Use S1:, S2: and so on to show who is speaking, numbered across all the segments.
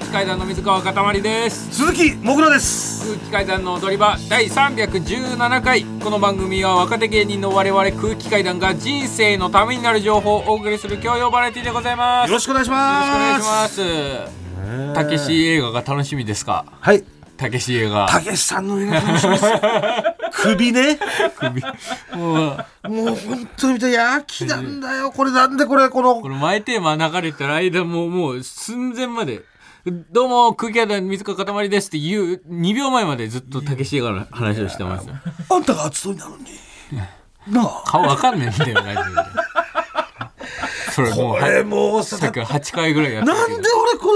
S1: 気階段の水川かたまりです
S2: 鈴木もぐらです
S1: 空気階段の踊り場第317回この番組は若手芸人の我々空気階段が人生のためになる情報をお送りする教養バラエティでございます
S2: よろしくお願いしま
S1: よろしくお願いします
S2: す
S1: たけし映画が楽しみですか
S2: はい
S1: たけし映画
S2: たけしさんの映画楽しみ です首ね
S1: もう
S2: もう本当に見てやきなんだよこれなんでこれこの
S1: この前テーマ流れてる間もうもう寸前までどうも空気階段の水川かたまりですって言う2秒前までずっとたけし映画の話をしてますよ
S2: あんたが熱そうになのになあ
S1: 顔わかんねえみたいな感じで。それもう
S2: こ
S1: は
S2: れもうさ
S1: さっき8回ぐらいやって
S2: なんで俺こ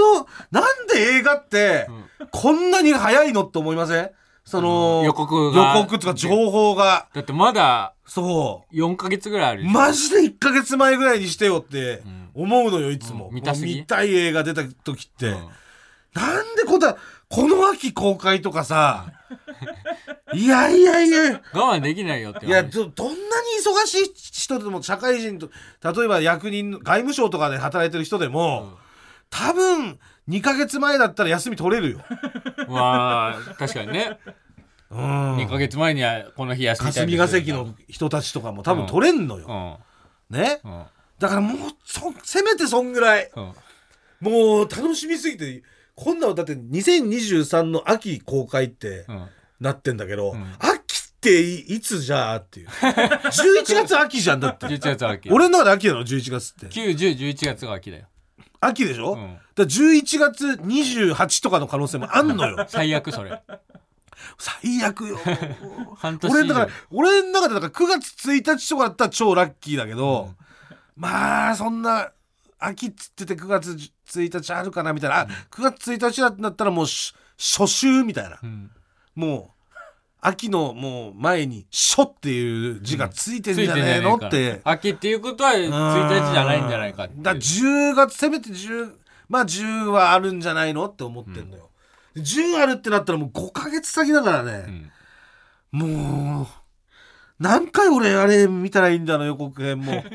S2: のなんで映画ってこんなに早いのって思いませんその
S1: 予告が
S2: 予告とか情報が
S1: だってまだ
S2: そう
S1: 4ヶ月ぐらいある、
S2: マジで1ヶ月前ぐらいにしてよって思うのよいつも、
S1: うん見たすぎ
S2: もう見たい映画出た時って、
S1: ん
S2: なんでこんなこの秋公開と かさいやいやいや
S1: 我慢できないよって
S2: いや
S1: 話
S2: どどんなに忙しい人でも社会人と例えば役人の外務省とかで働いてる人でも、多分2ヶ月前だったら休み取れるよ。
S1: まあ確かにね
S2: うん
S1: 2ヶ月前にはこの日休みたい
S2: 霞
S1: で
S2: が
S1: すよ
S2: 関の人たちとかも多分取れんの
S1: う
S2: よ。
S1: ん
S2: ね
S1: うん
S2: だからもうそせめてそんぐらい。
S1: うん
S2: もう楽しみすぎてこんなのだって2023の秋公開って
S1: うん
S2: なってんだけど、
S1: うん
S2: 秋っていいつじゃあっていう 11月秋じゃんだって
S1: 11月は秋
S2: 俺の中で秋なの11月って
S1: 91011月が秋だよ、
S2: 秋でしょ、
S1: う
S2: だか
S1: ん、
S2: ら11月28とかの可能性もあんのよ
S1: 最悪それ
S2: 最悪 よ
S1: 半年以上
S2: 俺だから俺の中でだから9月1日とかだったら超ラッキーだけど、まあそんな秋っつってて9月1日あるかなみたいな、あ9月1日だってなったらもうし初秋みたいな
S1: うん、
S2: もう秋のもう前に「書」っていう字がついてん
S1: つ
S2: じ
S1: い
S2: ゃ
S1: てんじ
S2: ね
S1: ゃ
S2: え
S1: な
S2: の
S1: い
S2: っ
S1: か
S2: て
S1: 秋っていうことは1日じゃないんじゃないかっていう
S2: だ10月せめて10まあ10はあるんじゃないのって思ってんのよ、10あるってなったらもう5ヶ月先だから
S1: う
S2: ね、
S1: ん
S2: もう何回俺あれ見たらいいんだの予告編 も
S1: す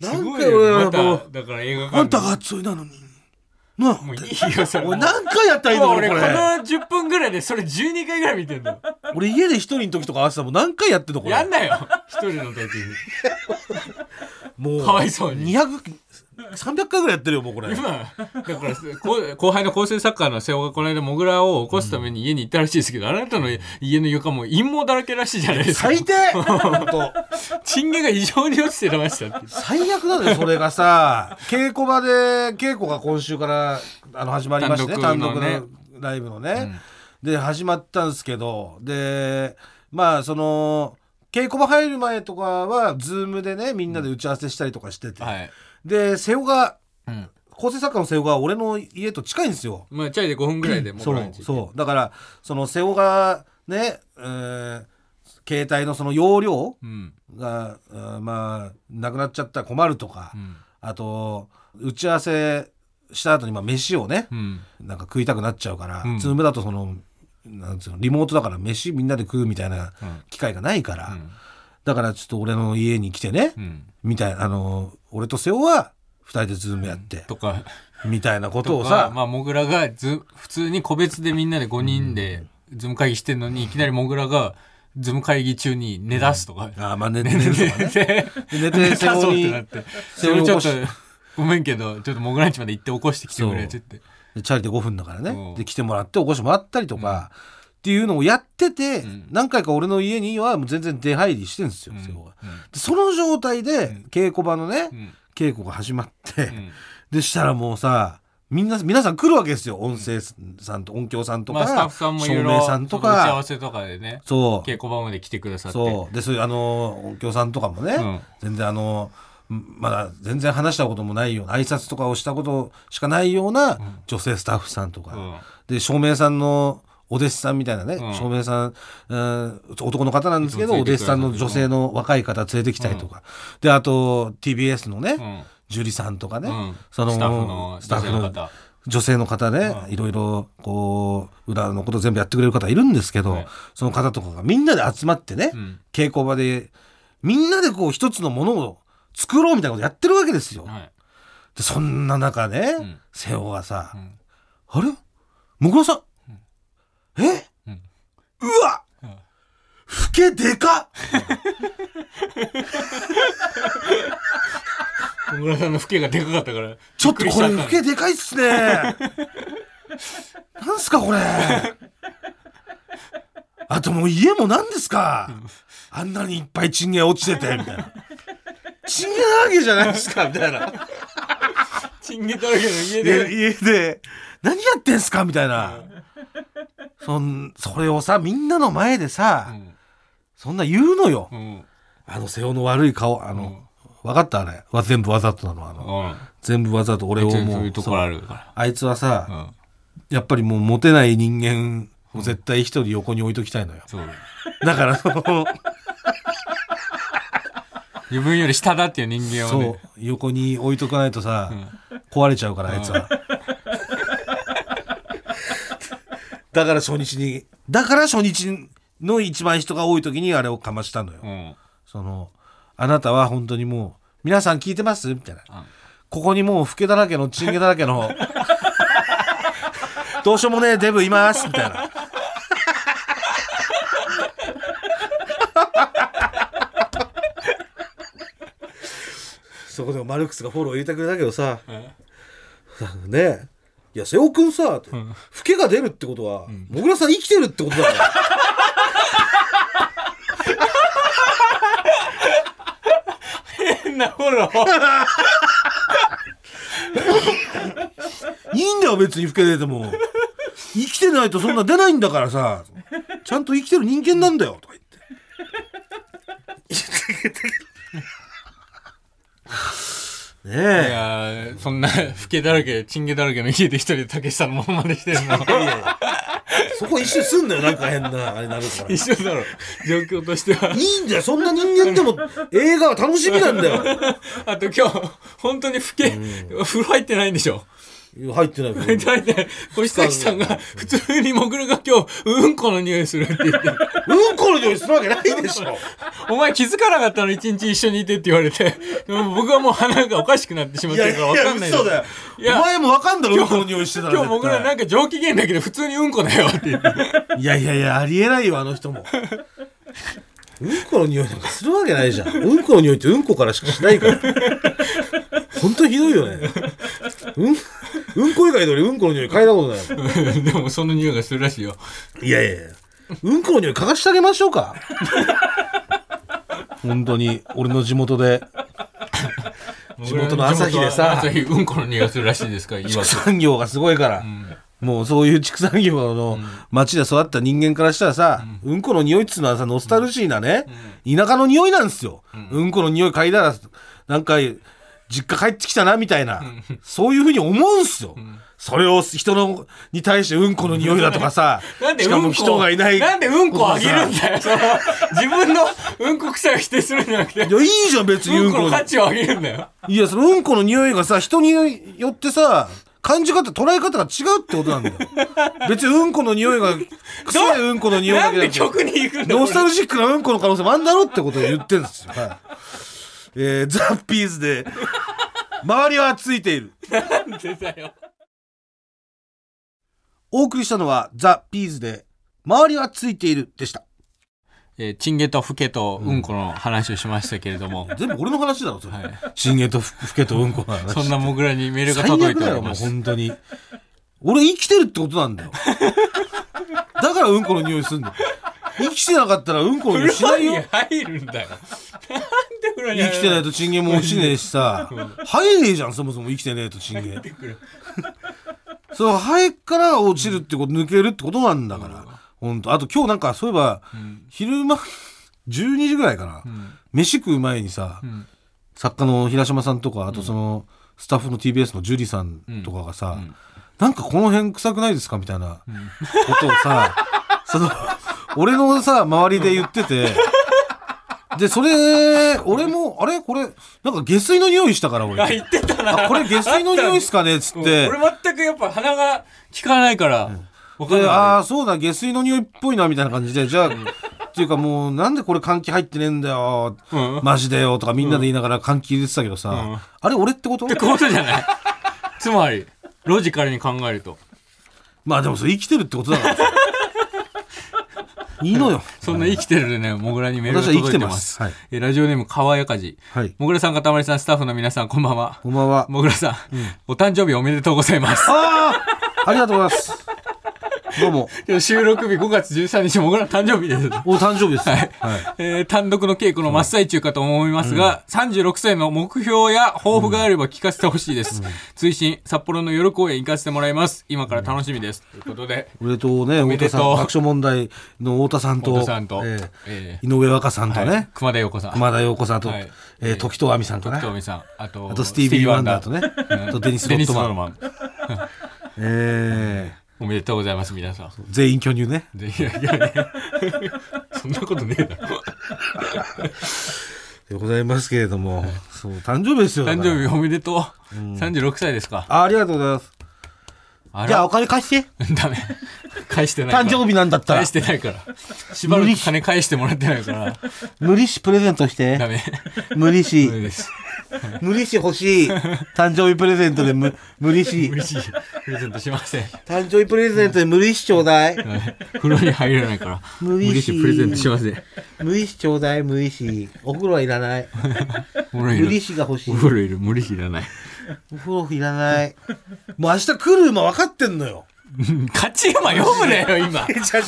S2: 何
S1: ごい
S2: 回俺
S1: よま
S2: はも
S1: た
S2: う
S1: だから映画館
S2: あんたが熱いなのになあ
S1: もういいよそれ
S2: 俺何回やったらいいの
S1: 俺
S2: 俺
S1: こ
S2: こ
S1: の
S2: れ
S1: 10分ぐらいでそれ12回ぐらい見てんの
S2: 俺家で一人の時とか朝もう何回やってんのこれ
S1: やんなよ一人の時に
S2: もう
S1: かわいそうに
S2: 200300回ぐらいやってるよもうこれ
S1: 今だからこう後輩の高専サッカーの瀬尾がこの間モグラを起こすために家に行ったらしいですけど、あなたの家の床も陰謀だらけらしいじゃないですか
S2: 最低本当
S1: チンゲが異常に落ちてましたって
S2: 最悪だねそれがさ稽古場で稽古が今週からあの始まりましてね
S1: 単
S2: 単
S1: 独
S2: 独
S1: の
S2: の
S1: ね
S2: ライブのね、で始まったんですけどでまあその稽古場入る前とかはズームでねみんなで打ち合わせしたりとかして て、
S1: はい、
S2: で瀬尾が
S1: うん、
S2: 構成作家の瀬尾が俺の家と近いんですよ
S1: まあチャリで5分ぐらいでモ
S2: そ
S1: グラ
S2: う
S1: に着いて
S2: そうだからその瀬尾がね、えー携帯のその容量
S1: うん
S2: が、うんまあなくなっちゃったら困るとか、
S1: うん
S2: あと打ち合わせした後にまあ飯をね
S1: う、ん
S2: なんか食いたくなっちゃうから、
S1: うん
S2: ズームだとそのなんつうのリモートだから飯みんなで食うみたいな
S1: うん
S2: 機会がないから、
S1: うん
S2: だからちょっと俺の家に来てね、
S1: うん
S2: みたいなあの俺と瀬尾は2人でズームやって、
S1: とか
S2: みたいなこと
S1: と
S2: を
S1: か
S2: さ
S1: まあモグラがず普通に個別でみんなで5人でズーム会議してんのにいきなりモグラがズーム会議中に寝出すとか、
S2: あーまあ寝て寝て るとかね。
S1: で寝
S2: で寝 て
S1: 出
S2: 瀬
S1: そう
S2: 尾
S1: って
S2: に
S1: なってそ
S2: 背負
S1: れ
S2: い
S1: ちょっ
S2: 起ことし
S1: ごめんけどちょっとモグラんちまで行って起こしてきてくれって言って
S2: でチャリで5分だから
S1: うん
S2: ねで来てもらって起こしてもらったりとか、っていうのをやってて、
S1: ん
S2: 何回か俺の家にはもう全然出入りしてるんですよ、
S1: うん
S2: 瀬尾がでその状態で稽古場のね、
S1: うん
S2: 稽古が始まって、
S1: うん
S2: でしたらもうさみんな皆さん来るわけですよ音声さんと音響さんとか、
S1: まあスタッフさんもいろい
S2: 照
S1: ろ
S2: 明さ
S1: そ
S2: ん
S1: の
S2: と
S1: 打ち合わ
S2: か
S1: せとかでね
S2: そう
S1: 稽古場まで来てくださって
S2: そうでそういうあの音響さんとかもね、
S1: うん
S2: 全然あのんまだ全然話したこともないような挨拶とかをしたことしかないような女性スタッフさんとか、
S1: うん
S2: で照明さんのお弟子さんみたいなね、
S1: うん
S2: 照明さん、うん男の方なんですけど
S1: い
S2: お
S1: つもついてくれる
S2: 弟子さんの女性の若い方連れてきたりとか、であと TBS のね、
S1: うん
S2: 樹里さんとかね、
S1: うん
S2: その
S1: スタッフの
S2: スタッフ
S1: 女性の
S2: の
S1: 方
S2: 女性の方ね、いろいろこう裏のこと全部やってくれる方いるんですけど、
S1: はい
S2: その方とかがみんなで集まってね、
S1: うん
S2: 稽古場でみんなでこう一つのものを作ろうみたいなことやってるわけですよ。
S1: はい
S2: でそんな中ね、
S1: ん
S2: 瀬尾がさ、
S1: ん
S2: あれもぐらさん、え、
S1: う
S2: うんわ
S1: うん
S2: 老けでかっ
S1: 小倉さんのフケがでかかったから
S2: ちょっとこれ
S1: び
S2: 老
S1: くりしちゃ
S2: けでかいっすね なんすかこれあともう家もなんですか、あんなにいっぱいチンゲン落ちててみたいなチンゲンなわけじゃないですかみたいな
S1: ったチンゲだらけの家
S2: で
S1: で
S2: 家で何やってんすかみたいな、そんそれをさみんなの前でさ、そんな言うのよ、
S1: うんうん
S2: あの瀬尾の悪い顔あの、分かったあれわ全部わざとなのあの、
S1: うん
S2: 全部わざと俺を
S1: そう
S2: も
S1: いううとこ
S2: そう
S1: ろあるか
S2: あいつはさ、
S1: らうん
S2: やっぱりもうモテない人間を絶対一人横に置いときたいのよ、
S1: そう
S2: だからその
S1: 自分より下だっていう人間を
S2: そう
S1: ね
S2: 横に置いとかないとさ、壊れちゃうからあいつは、だから初日にだから初日の一番人が多い時にあれをかましたのよ、
S1: うん
S2: そのあなたは本当にもう皆さん聞いてますみたいな、
S1: ん
S2: ここにもう老けだらけのチンゲだらけのどうしようもねえデブいますみたいなそこでもマルクスがフォロー入れてくれたけどさ、ねえいや瀬尾君さ、って老けが出るってことは、もぐらさん生きてるってことだから
S1: 変なフォロー
S2: いいんだよ別に老け出ても生きてないとそんな出ないんだからさちゃんと生きてる人間なんだよとか言って
S1: い
S2: 言ってあげてねえ
S1: やーそんなフケだらけチンゲだらけの家で一人で竹下のものまでしてるの
S2: いやいやそこ一緒にすんだよなんか変なあれなるからい
S1: 一緒だろ状況としてはい
S2: んだよそんな人間でも映画は楽しみなんだよ
S1: あと今日本当にフケ風呂入ってないんでしょ
S2: 入ってない
S1: だ
S2: け
S1: い
S2: ど
S1: たいね、星崎さんが普通にもぐらが今日、うんこの匂いするって言って、
S2: うんこの匂いするわけないでしょ
S1: お前気づかなかったの一日一緒にいてって言われて、でも僕はもう鼻がおかしくなってしまっ
S2: い
S1: て
S2: や
S1: る
S2: い
S1: からわか
S2: や
S1: んない
S2: 嘘だよ
S1: いや
S2: お前もわかんだろうんこの匂いしてたら
S1: 今日もぐらなんか上機嫌だけど普通にうんこだよって言って。
S2: いやいやいや、ありえないよ、あの人も。うんこの匂いなんかするわけないじゃん。うんこの匂いってうんこからしかしないから。本当にひどいよね。うん、うんこ以外で俺うんこの匂い嗅いだことないも
S1: でもその匂いがするらしいよ。
S2: ん。いやいやいや。うんこの匂い嗅がしてあげましょうか。本当に、俺の地元で、地元の朝日でさ
S1: 朝日うんこの匂いがするらしいですから、言わ
S2: 畜
S1: ず。
S2: 産業がすごいから。もうそういう畜産業の町で育った人間からしたらさ、うん、この匂いっつうのはさノスタルジーなね、田舎の匂いなんですよ、うん、この匂い嗅いだらなんか実家帰ってきたなみたいな、そういうふうに思うんすよ、それを人のに対してうんこの匂いだとかさ
S1: なんで
S2: し
S1: う
S2: か
S1: んこ
S2: も人がいない
S1: なんでうんこをあげるん
S2: い
S1: だよ。その自分のうんこ臭いを否定するんじゃなくて、
S2: やいいじゃん別に
S1: う
S2: うんん
S1: こ
S2: こ
S1: の
S2: の
S1: 価値をあげるんだよ。
S2: いや、そのうんこの匂いがさ、人によってさ、感じ方、捉え方が違うってことな んだよ。別にうんこの匂いが、臭いうんこの匂い
S1: な
S2: だ
S1: ん
S2: け
S1: で
S2: だ
S1: 曲に行くんだよ
S2: ノスタルジックなうんこの可能性もあんだろってことを言ってるんですよ。はい、えー、ザ・ピースで、周りはついている。
S1: なんでだよ。
S2: お送りしたのは、ザ・ピースで、周りはついているでした。
S1: えーチンゲとフケとうんこの話をしましたけれども、
S2: 全部俺の話だろ、それ。
S1: はい
S2: チンゲとふふけとうんこの 話。
S1: そんなモグラにメールが
S2: 最
S1: 届い
S2: 悪
S1: てお
S2: だ
S1: り
S2: よも
S1: ま
S2: う
S1: す。
S2: 本当に俺生きてるってことなんだよだからうんこの匂いすんだよ生きてなかったらうんこの匂いしないよ
S1: 風呂に入るんだよ。なんで風呂に
S2: 生きてない
S1: と。
S2: とチンゲンも落ちねえしさ入れねえじゃんそもそも生きてねえとチンゲンそう肺から落ちるってこと抜けるってことなんだから本当あと今日なんかそういえば昼間12時ぐらいかな飯食う前にさ
S1: ん
S2: 作家の平島さんとかあとそのスタッフの TBS のジュリさんとかがさなんかこの辺臭くないですかみたいなことをさ その俺のさ周りで言ってて。で、それ、俺も、あれこれ、なんか下水の匂いしたから、俺。
S1: あ、言ってたな。
S2: あこれ下水の匂いっすかねっつって
S1: 俺全くやっぱ鼻が効かないから、わかん
S2: で
S1: ない。
S2: ああそうだ下水の匂いっぽいなみたいな感じでじゃあっていうかもうなんでこれ換気入ってねえんだよ
S1: うん
S2: マジでよとかみんなで言いながら換気入れてたけどさ、
S1: うん
S2: あれ俺ってこと
S1: ってことじゃない つまりロジカルに考えると
S2: まあでもそれ生きてるってことだか らさいいのよ
S1: そんな生きてるねもぐらにメールが
S2: 私は生
S1: 届
S2: き
S1: いて
S2: てま
S1: ます
S2: すはい、
S1: えラジオネームかわやかじ
S2: はい、
S1: もぐらさんかたまりさんスタッフの皆さんこんばんは
S2: こんばんは
S1: もぐらさん、お誕生日おめでとうございます
S2: ああありがとうございますどうも
S1: 今日収録日5月13日もぐら誕生日です
S2: お誕生日ですはい、
S1: えー単独の稽古の真っ最中かと思いますが、36歳の目標や抱負があれば聞かせてほしいです、追伸札幌の夜公演行かせてもらいます今から楽しみです、ということで
S2: 俺とね
S1: め
S2: 太
S1: で
S2: 田
S1: と
S2: さ
S1: うん
S2: 爆笑問題の太田さんと
S1: 太田さんと
S2: え
S1: え
S2: え井上和歌さんとね、
S1: 熊田曜子さん
S2: 熊田陽子さんと、
S1: はい
S2: えー時任亜美さんとね
S1: 時富さんあと
S2: あとスティービー・ワンダー とね、あとデニス・ロ
S1: デニ
S2: ッ
S1: ス・
S2: ト
S1: ロー
S2: マン。
S1: マン
S2: え
S1: おめでとうございます皆さん
S2: ー全員巨乳ね。
S1: いやいやいや そんなことねえだろ
S2: でございますけれども、そう、誕生日ですよ。だか
S1: 誕
S2: ら
S1: 生日おめでとう、36歳ですか
S2: あありがとうございます。
S1: あ
S2: じゃあ
S1: ら
S2: お金貸して。
S1: ダメ返してないから
S2: 誕生日なんだったら
S1: 返し、てないからしばらく金返してもらってないから
S2: 無利子プレゼントして
S1: ダ。メ無
S2: 無利
S1: 理
S2: 子、
S1: です
S2: 無利子 欲しい。誕生日プレゼントで無無利子
S1: 無。理しプレゼントしません
S2: 誕生日プレゼントで無利子ちょうだい。
S1: 風呂に入れないから
S2: 無理し
S1: 無理プレゼントしません
S2: 無利子ちょうだい、無利子。お風呂はいらない。
S1: お 風呂い
S2: 無利
S1: る
S2: 子が欲しい
S1: お。風呂いる無理いらない
S2: お風呂いらない。もう明日来る馬分かってんのよ。
S1: 勝ち馬読むなよ今
S2: 違う違う読むん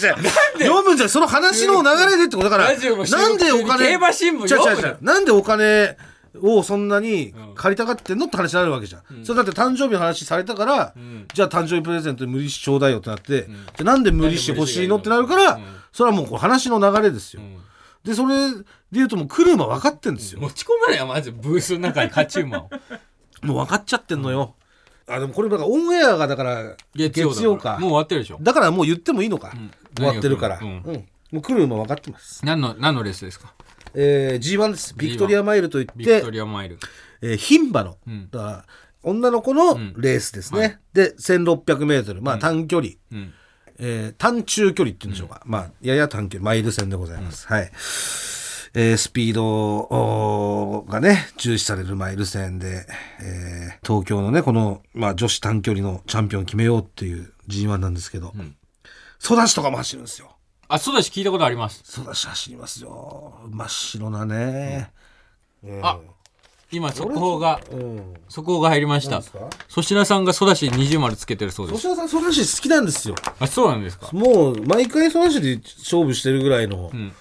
S2: じゃないその話の流れでってことだから
S1: ラジオの収録
S2: なんでお
S1: 中に
S2: 金
S1: 競馬新聞読むな
S2: 違う違う違うなんでお金をそんなに借りたがってんのって話になるわけじゃん、それだって誕生日の話されたから、じゃあ誕生日プレゼントに無理してちょうだいよってなって、じゃあなんで無理して欲しいのってなるから、
S1: うん
S2: それはもうこう話の流れですよ、
S1: ん
S2: でそれで言うともう来る馬分かってんですよ、
S1: 持ち込まないよまずブースの中に勝ち馬を
S2: もう分かっちゃってんのよ、あでもこれだからオンエアがだから
S1: 月曜だから
S2: か
S1: もう終わってるでしょ
S2: だからもう言ってもいいのか、終わってるから、
S1: 何が来る
S2: うんもう来る馬分かってます
S1: 何の何のレースですか
S2: えー、G1 ですビクトリアマイルといっ
S1: ビク
S2: て
S1: トリアマイル
S2: えー牝馬の、
S1: ん
S2: だから女の子のレースですね、で 1600m まあ短距離、
S1: うん
S2: えー短中距離っていうんでしょうか、まあやや短距離マイル戦でございます、はい、えースピードおーがね重視されるマイル戦で、えー東京のねこの、まあ、女子短距離のチャンピオンを決めようっていう G1 なんですけど、ソダシとかも走るんですよ
S1: あそうだし聞いたことあります
S2: ソダシ走りますよ真っ白なね、うん
S1: あ今速報が
S2: うん
S1: 速報が入りました粗品さんがソダシ二重丸つけてるそうで
S2: 粗
S1: す
S2: 品さん、その話好きなんですよ。
S1: あそうなんですか
S2: もう、毎回その話で勝負してるぐらいの。
S1: ん
S2: だか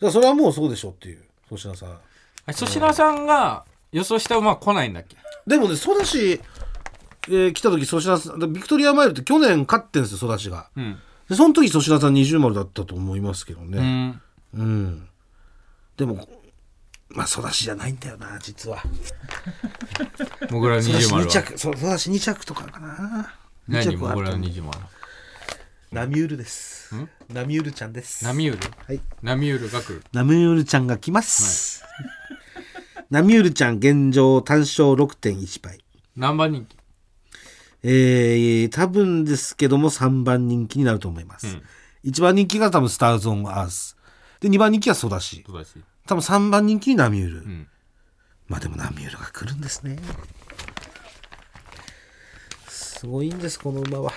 S2: らそれはもうそうでしょっていう、粗品さん。
S1: あ粗品さんが予想した馬来ないんだっけ
S2: でもね、ソダシ、えー来た時、粗品さん、ビクトリアマイルって去年勝ってんですよ、ソダシが。
S1: うん
S2: で、その時、粗品さん20丸だったと思いますけど
S1: う
S2: ね。
S1: ん
S2: うん。でも、まあ、ソダシじゃないんだよな、実は。
S1: もぐら
S2: ソ
S1: 二
S2: ダシ
S1: 重
S2: 2
S1: 丸は
S2: 着、そうソダシ2着とかかな。2
S1: 何
S2: 着
S1: も
S2: はあ
S1: ぐ
S2: る
S1: ら
S2: と思
S1: 二
S2: う
S1: 重丸
S2: ナミュールです。ナミュールちゃんです。
S1: ナミュール
S2: はい。
S1: ナミュールが来る
S2: ナミュールちゃんが来ます。ナミュールちゃん現状単勝6.1倍。
S1: 何番人気
S2: えー、多分ですけども3番人気になると思います。1番人気が多分スターズ・オン・アース。で、2番人気がソダシ。
S1: ソダシ
S2: 多分3番人気にナミュール。
S1: ん
S2: まあでもナミュールが来るんですね。すごいんです、この馬は。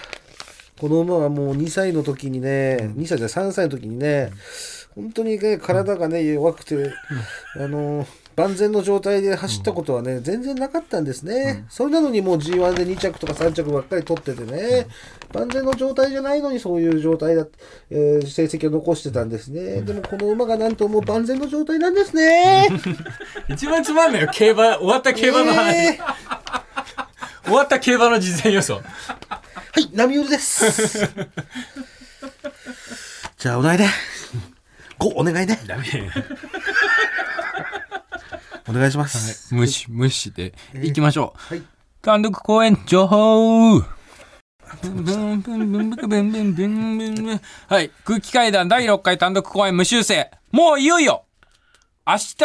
S2: この馬はもう2歳の時にね、2歳じゃない3歳の時にね、本当にね、体がね、弱くて、あの、万全の状態で走ったことはね、全然なかったんですね。それなのにもう G1 で2着とか3着ばっかり取っててね、万全の状態じゃないのにそういう状態だ、えー成績を残してたんですね。でもこの馬がなんともう万全の状態なんですね。
S1: 一番つまんないよ競馬終わった競馬の話、
S2: えー
S1: 終わった競馬の事前予想
S2: はい、ナミウルです。 じゃあ、お 題で。ご、お願いね。
S1: ダメ
S2: お願いします。
S1: 無視無視で行きましょう、
S2: はい
S1: 単独公演情報はい空気階段第6回単独公演無修正もういよいよ明日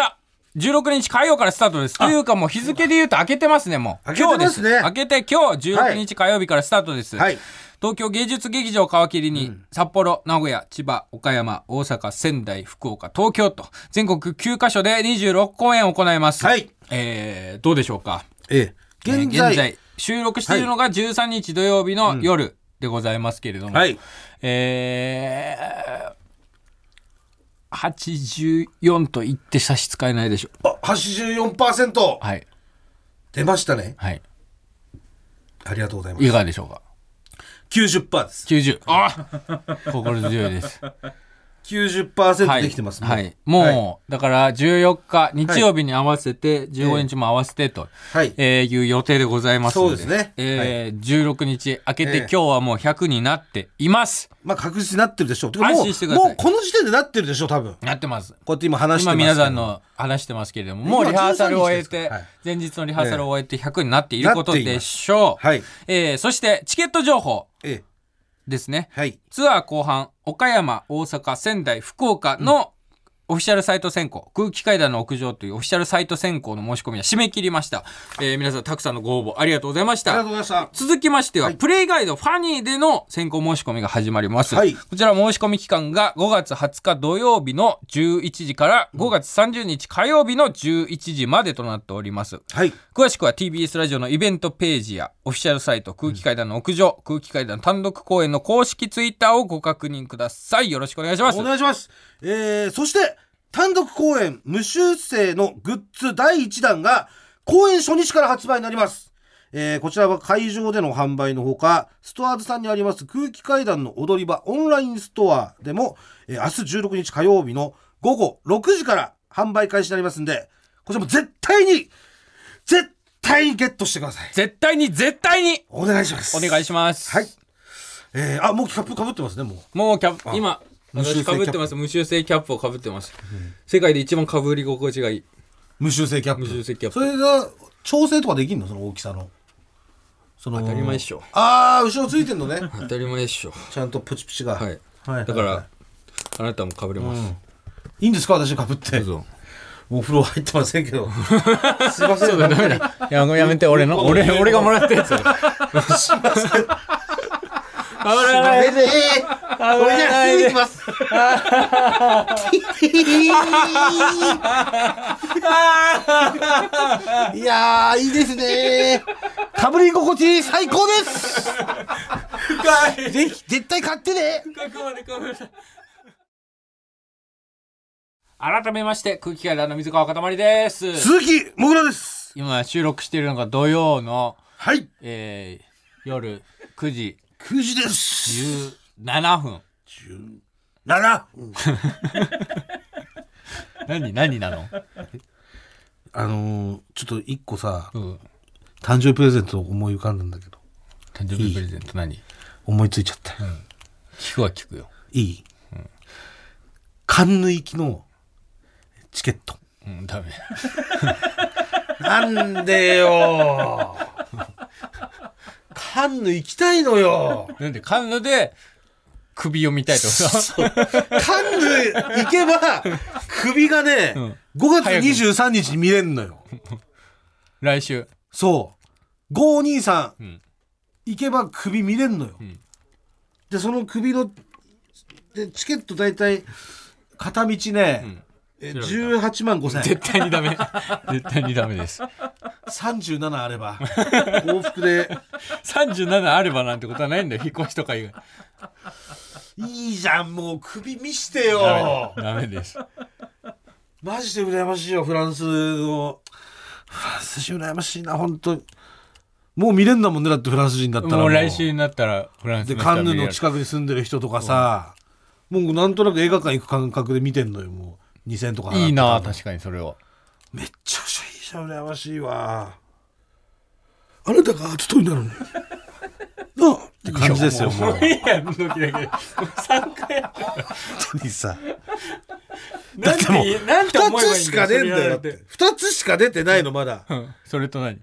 S1: 16日火曜からスタートです。というかもう日付で言うと明けてますね、もう。
S2: 明けてますね
S1: 今日です。明けて今日16日火曜日からスタトです。
S2: はい。
S1: 東京芸術劇場皮切りに、札幌、名古屋、千葉、岡山、大阪、仙台、福岡、東京と、全国9カ所で26公演を行います。
S2: はい。
S1: えー、どうでしょうか
S2: ええ現在,、
S1: えー現在収録しているのが13日土曜日の夜でございますけれども、
S2: はい
S1: えー、84と言って差し支えないでしょう。
S2: あ84%
S1: はい。
S2: 出ましたね
S1: はい。
S2: ありがとうございま
S1: い
S2: す
S1: かがでしょうか
S2: 90%です
S1: ?90。あ心強いです。
S2: 90%できてますね
S1: はい。はいもう、
S2: は
S1: だから14日、日曜日に合わせて、15日も合わせてと、
S2: はい
S1: えーいう予定でございますので。
S2: そうですね
S1: えー16日、明けて
S2: ええ
S1: 今日はもう100になっています。
S2: まあ確実になってるでしょうてかも
S1: 安
S2: う
S1: 心してください
S2: もうこの時点でなってるでしょう多分
S1: なってます。
S2: こうやって今話してま
S1: 今
S2: すけ
S1: 皆
S2: ど
S1: さんの話してますけれども、もうリハーサルを終えて
S2: はい、
S1: 前日のリハーサルを終えて100になっていることでしょう。
S2: はい
S1: えーそして、チケット情報
S2: ええ
S1: ですね。
S2: はい
S1: ツアー後半、岡山、大阪、仙台、福岡のオフィシャルサイト選考、空気階段の屋上というオフィシャルサイト選考の申し込みは締め切りました。えー皆さんたくさんのご応募ありがとうございまし
S2: あり
S1: た
S2: がとう。ございました
S1: 続きましては、
S2: はい
S1: プレイガイドファニーでの選考申し込みが始まります、
S2: はい
S1: こちら申し込み期間が5月20日土曜日の11時から5月30日火曜日の11時までとなっております
S2: はい
S1: 詳しくは TBS ラジオのイベントページやオフィシャルサイト空気階段の屋上、空気階段単独公演の公式ツイッターをご確認くださいよろしくお願いします
S2: お願いします。えー、そして、単独公演、無修正のグッズ第1弾が、公演初日から発売になります。えー、こちらは会場での販売のほか、ストアーズさんにあります空気階段の踊り場オンラインストアでも、えー明日16日火曜日の午後6時から販売開始になりますんで、こちらも絶対に、絶対にゲットしてください。
S1: 絶対に絶対に
S2: お願いします。
S1: お願い
S2: し
S1: します
S2: はい。えー、あ、もうキャップかぶってますね、もう。
S1: もうキャップ今
S2: 無
S1: 私
S2: 修正キャ
S1: か
S2: ッ
S1: ぶ
S2: プ
S1: ってます無修正キャップをかぶってます、世界で一番かぶり心地がいい
S2: 無修正キャップ
S1: 無修正キャップ
S2: それが調整とかできんのその大きさのその当
S1: 当たり前っしょ
S2: ああ後ろついてんのね
S1: 当たり前でしょ
S2: ちゃんとプチプチが
S1: はい、だから、あなたもかぶれます、
S2: いいんですか私かぶって
S1: どうぞ
S2: お風呂入ってませんけどすいませんダメだ
S1: ややめて俺の 俺俺がもら ったやつだから
S2: すいません すいま
S1: かぶらない
S2: せんこれじゃあすぐ行きます いやーいいですねかぶり心地最高です
S1: 深い
S2: ぜひ絶対買ってね
S1: 深くまでかぶらない改めまして空気階段の水川かたまりです
S2: 鈴木もぐらです
S1: 今収録しているのが土曜の、
S2: はい
S1: えー、夜9時
S2: 9時です
S1: 17分
S2: 7
S1: 何何なの、
S2: あのー、ちょっと一個さ
S1: うん、
S2: 誕生日プレゼントを思い浮かんだんだけど
S1: 誕生日プレゼント何
S2: 思いついちゃった、
S1: 聞くは聞くよ、
S2: いい、カンヌ行きのチケット
S1: うん、ダメ
S2: なんでよカンヌ行きたいのよ
S1: なんでカンヌで首を見 たいってこと
S2: カンヌ行けば首がね、5月23日に見れんのよ
S1: 来週
S2: そう523、
S1: ん
S2: 行けば首見れんのよ、
S1: ん
S2: でその首のでチケット大体片道ね、え18万5000円
S1: 絶対に ダメ絶対にダメです
S2: 37あ れば往復で
S1: 37あればなんてことはないんだよ引っ越しとか以外
S2: いいじゃんもう首見してよ
S1: ダメダメです
S2: マジで羨ましいよフランスのフランス人羨ましいな本当もう見れんだもんねだってフランス人だったら
S1: もう来週になったらフランス
S2: で
S1: 人は
S2: カンヌの
S1: 見
S2: 近くに住んでる人とかさ、もうなんとなく映画館行く感覚で見てんのよもう2000とか払
S1: れ
S2: っ
S1: るい
S2: てた
S1: いな確かにそれは
S2: めっちゃくちゃいいじゃん羨ましいわあなたが勤めなのになあって感じですよもう
S1: もういいやん時だけもう3回やった
S2: にさ
S1: なん
S2: ってもう
S1: てなんて
S2: 2
S1: 思えば
S2: つ
S1: いい
S2: し
S1: んだ
S2: か
S1: よ
S2: ね
S1: それ
S2: えん
S1: や
S2: だ
S1: ら
S2: よ
S1: れて
S2: 2つしか出てないのまだ
S1: うんそれと何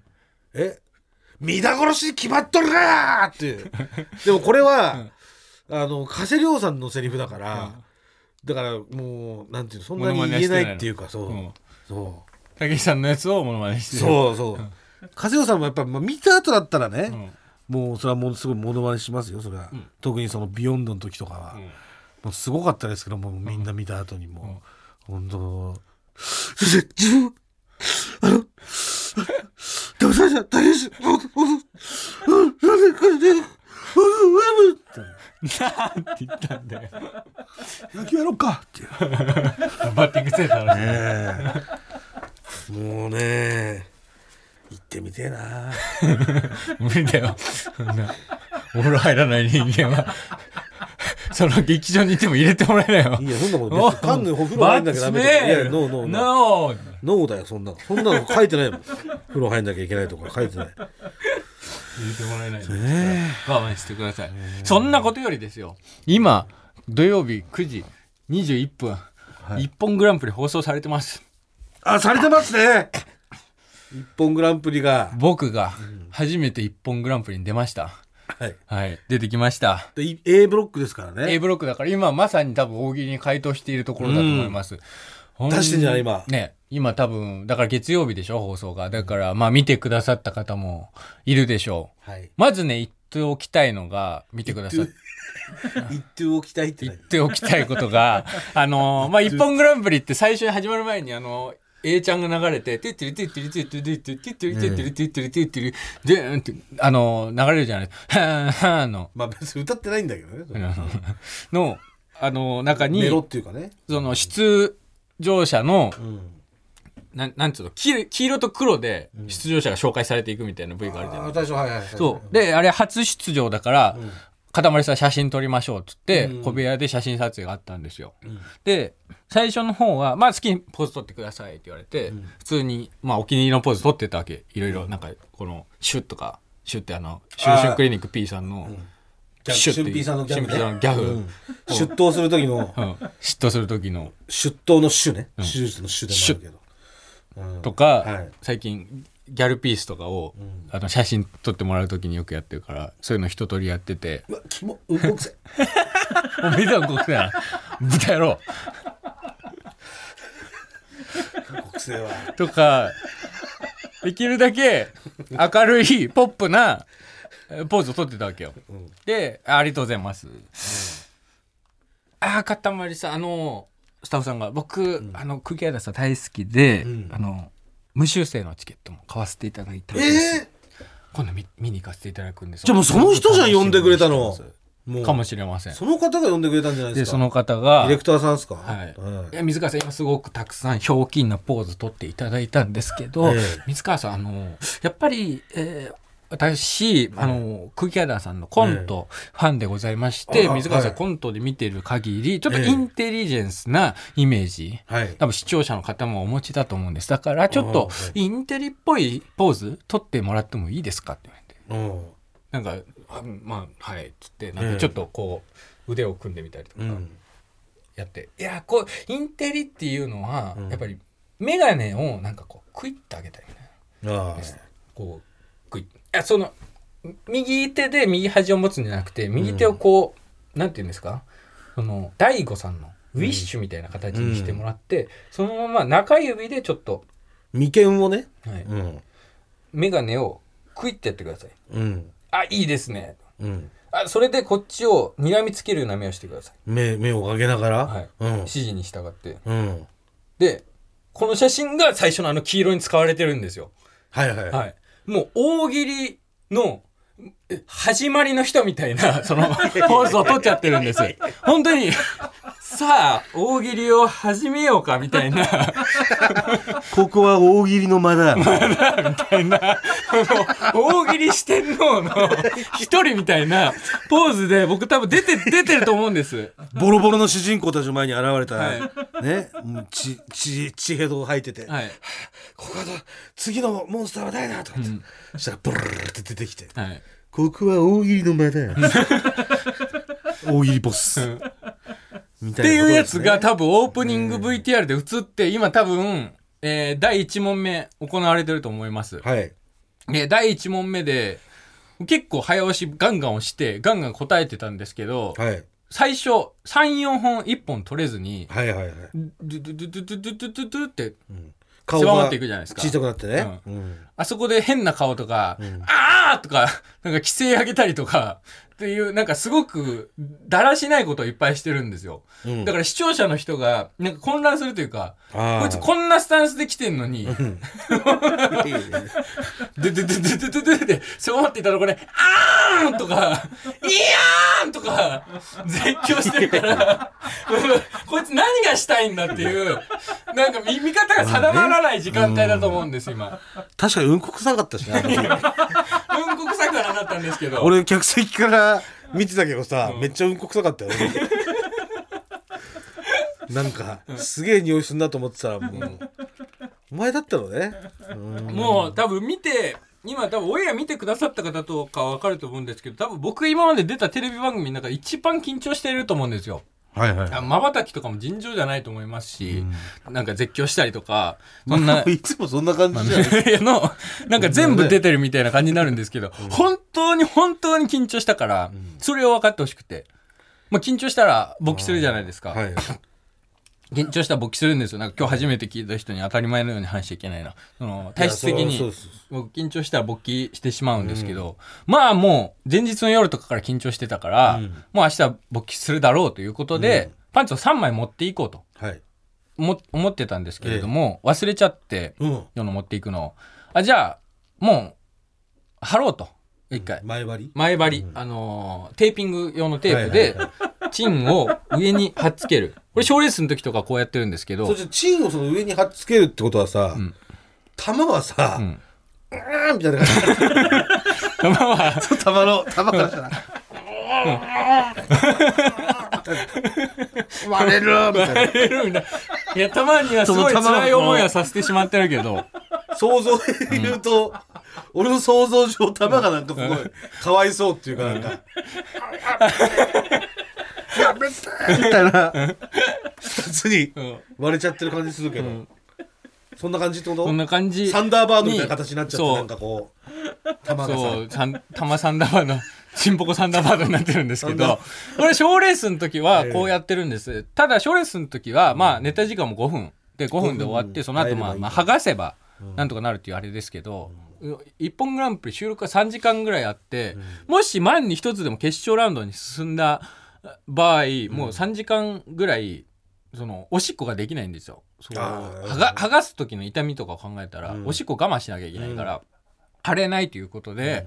S2: え皆殺しに決まっとるかーっていうでもこれは、あの加瀬亮さんのセリフだから、だからもうなんていうのそんなに言えないっていうかそう、
S1: うん
S2: そう
S1: たけしさんのやつをモノマネしてる
S2: そうそう。和代さんもやっぱ、まあ、見た後だったらね、もうそれはものすごいモノマネしますよそれは、
S1: ん
S2: 特にその「ビヨンドの時とかは、
S1: ん
S2: もうすごかったですけどもうみんな見た後にもう、本当先生自分あの騙されちゃ大変です本当本当うんすいませんこれで本当うん
S1: なんて言ったんだよ。
S2: 野球やろうかっていう
S1: バッティングセンターの人
S2: ねえもうね行ってみてえな
S1: 無理だよ。そんな、お風呂入らない人間は、その劇場にいても入れてもらえないよ
S2: い。やそんなこと別に単にお風呂入んなきゃダメ とかいやいやノーノーノー
S1: ノー
S2: ノーだよそんなのそんなの書いてないもん風呂入んなきゃいけないとか書いてない
S1: 入れてもらえないですから我慢してくださいそんなことよりですよ今土曜日9時21分、一本グランプリ放送されてます
S2: あされてますね一本グランプリが
S1: 僕が初めて一本グランプリに出ました
S2: はい
S1: はい出てきました
S2: でい A ブロックですから
S1: A
S2: ね
S1: ブロックだから今まさに多分大喜利に回答しているところだと思います、ほ
S2: 出してんじゃない今
S1: ね今多分だから月曜日でしょ放送がだからまあ見てくださった方もいるでしょ
S2: はい
S1: うまずね言っておきたいのが見てくださっ
S2: 一等を期待って
S1: 言
S2: な
S1: っ
S2: い
S1: ておきたいことが、あの、まあ、一本グランプリって最初に始まる前に、あの、A ちゃんが流れて、てってりてってりてってりてってりてってりてってりてってりてってりてあの、流れるじゃないですか。はぁ、はぁの、
S2: まあ別に歌ってないんだけどねそ
S1: あ
S2: れ
S1: のの、あの、中に
S2: メ、ロっていうかね
S1: その、出場者の、
S2: うん
S1: なん、なんつうの、黄黄色と黒で出場者が紹介されていくみたいな V があるじゃない
S2: 私ははいはいはい
S1: そう。で、あれ初出場だから、かたまりさん写真撮りましょうっつって、
S2: うん
S1: 小部屋で写真撮影があったんですよ。
S2: ん
S1: で、最初の方は、まあ好きにポーズ撮ってくださいって言われて、普通に、まあお気に入りのポーズ撮ってたわけ。いろいろ、なんか、この、シュッとか、シュッってあの、シュンシュンクリニック P さんの、
S2: じゃあ
S1: シュッて
S2: 俊平さんのギャ
S1: 俊
S2: グね
S1: 平さんのギャグ
S2: うん出頭する時の
S1: うん、嫉妬する時の、
S2: 出頭の主ね手術の主でもあるけどうん
S1: とか、
S2: はい
S1: 最近ギャルピースとかを、あの写真撮ってもらう時によくやってるからそういうの一通りやってて
S2: うわキモうんこくせ
S1: おめでとうございます豚野郎
S2: 国政は
S1: とか、できるだけ明るいポップなえポーズをとってたわけよ。で、あありがとうございます。ああ、かたまりさん、あの、スタッフさんが、僕、あの、クギアダさん大好きで、
S2: ん
S1: あの、無修正のチケットも買わせていただいたん
S2: え
S1: です。
S2: え
S1: 今度見見に行かせていただくんです。
S2: じゃあもうその人じゃん呼んでくれたのもう
S1: かもしれません。
S2: その方が呼んでくれたんじゃないで
S1: で、
S2: す
S1: そ
S2: か
S1: の方が、
S2: ディレクターさんですか
S1: はい
S2: うん
S1: いや水川さん、今すごくたくさんひょうきんなポーズ取っていただいたんですけど、
S2: ええ
S1: 水川さん、あの、やっぱり、えー私、あの、クギャダーさんのコント、ファンでございまして、
S2: ああ
S1: 水川さん、
S2: はい
S1: コントで見てる限り、ちょっと
S2: ええ
S1: インテリジェンスなイメージ、
S2: はい
S1: 多分視聴者の方もお持ちだと思うんです。だから、ちょっ
S2: ああ
S1: と
S2: はい、
S1: インテリっぽいポーズ取ってもらってもいいですかって言われて。
S2: うん
S1: なんか、あまあ、はい、つって、なん
S2: え
S1: か
S2: え
S1: ちょっとこう、腕を組んでみたりとか。
S2: うん
S1: やっていやこうインテリっていうのは、
S2: うん
S1: やっぱり眼鏡をなんかこうクイッと上げたいみたいな
S2: ああ
S1: こうクイッいやその右手で右端を持つんじゃなくて右手をこう、なんて言うんですかその大悟さんのウィッシュみたいな形にしてもらって、そのまま中指でちょっと、
S2: 眉間をね
S1: はい、
S2: うん
S1: 眼鏡をクイッとやってください
S2: うん
S1: あいいですね
S2: うん
S1: あそれでこっちを睨みつけるような目をしてください
S2: 目目を上げながら
S1: はい
S2: うん
S1: 指示に従って
S2: うん
S1: でこの写真が最初のあの黄色に使われてるんですよ
S2: はいはい
S1: はい。もう大喜利のえ始まりの人みたいな、 その、ポーズを取っちゃってるんです。本当に、さあ、大喜利を始めようか、みたいな、
S2: ここは大喜利の間だ
S1: 大喜利四天王の一人みたいなポーズで、僕多分出て、出てると思うんです。
S2: ボロボロの主人公たちの前に現れ
S1: は
S2: たねうんちち血ヘドを吐いてて
S1: はい。
S2: ここはど次のモンスターは誰だと思ってそしたらブルルルルって出てきて
S1: はい。
S2: ここは大喜利の間だ大喜利ボス
S1: うん
S2: み
S1: ったて
S2: い
S1: い
S2: な
S1: う
S2: こと
S1: や
S2: です
S1: つ
S2: ね
S1: が多分オープニング VTR で映って、今多分、えー第1問目行われてると思います。
S2: はい
S1: で、第1問目で、結構早押しガンガン押して、ガンガン答えてたんですけど、
S2: はい
S1: 最初、3、4本1本取れずに、
S2: はいはいはい
S1: ドゥドゥドゥドゥドゥドゥドゥドゥって、
S2: 顔
S1: 狭ま
S2: が
S1: っていくじゃないですか
S2: 小さくなってね、うん
S1: あそこで変な顔とか、ああわーとか、なんか規制上げたりとか、っていう、なんかすごく、だらしないことをいっぱいしてるんですよ。
S2: うん
S1: だから視聴者の人が、なんか混乱するというか、
S2: あー
S1: こいつこんなスタンスで来てんのに、でででででででで、そう思っていたらこれ、あーんとか、いやーんとか、絶叫してるから、 うんこいつ何がしたいんだっていう、なんか見見方が定まらない時間帯だと思うんです、今。
S2: 確かにうんこ臭かったしな
S1: うんこくさくはなかったんですけど。
S2: 俺客席から見てたけどさ、めっちゃうんこ臭かったよ俺なんかすげえ匂いすんなと思ってたらもうお前だったのねうん
S1: もう多分見て今多分オンエア見てくださった方とか分かると思うんですけど多分僕今まで出たテレビ番組の中で一番緊張していると思うんですよ。
S2: はいはい
S1: まばたきとかも尋常じゃないと思いますし、なんか絶叫したりとかそんな
S2: いつもそんな 感じじゃん
S1: のなんか全部出てるみたいな感じになるんですけど、本当に本当に緊張したから、それを分かってほしくて。まあ、緊張したら勃起するじゃないですか。
S2: はい
S1: 緊張したら勃起するんですよ。なんか今日初めて聞いた人に当たり前のように話しちゃいけないな。その体質的
S2: いやそう
S1: に
S2: そうそう
S1: 僕緊張したら勃起してしまうんですけど、まあもう前日の夜とかから緊張してたから、
S2: うん
S1: もう明日勃起するだろうということで、パンツを3枚持っていこうと
S2: はい
S1: 思思ってたんですけれども、忘れちゃって、
S2: うん
S1: 世の持っていくのを。あ、じゃあもう貼ろうと。一回。
S2: 前張り
S1: 前張り、あのーテーピング用のテープ
S2: はい
S1: で
S2: はい
S1: チンを上に貼っつける。これ賞レースの時とかこうやってるんですけど
S2: そ、してチンをその上に貼っつけるってことはさ、
S1: ん
S2: 玉はさ、
S1: う
S2: うんーんみたいな感じ
S1: まあまあ
S2: 玉の玉からしたら割れるみたいな
S1: 出るんだいや、たまにはすごい辛い思いはさせてしまってるけど、
S2: 想像で言うと、俺の想像上玉がなんかすごいかわいそうっていうかなんか、やめてみたいな二つに
S1: ん
S2: 割れちゃってる感じするけど、そんな感じってこと
S1: こんな感じ。
S2: サンダーバードみたいな形になっちゃって
S1: そう
S2: なんかこう玉がさ
S1: そう、サンたまサンダーバー ド、チンポコサンダーバードになってるんですけ
S2: サンダ
S1: ど、これ賞レースの時はこうやってるんです。ただ賞レースの時は、まあネタ時間も5分。で、5分で終わって、その後まあ、
S2: 入ればいい
S1: まあ、剥がせば、なんとかなるっていうあれですけど、一本グランプリ収録が3時間ぐらいあって、もし万に一つでも決勝ラウンドに進んだ場合、もう3時間ぐらい、その、おしっこができないんですよ。その
S2: あー
S1: 剥が剥がす時の痛みとかを考えたら、
S2: うん
S1: おしっこ我慢しなきゃいけないから、腫れないということで、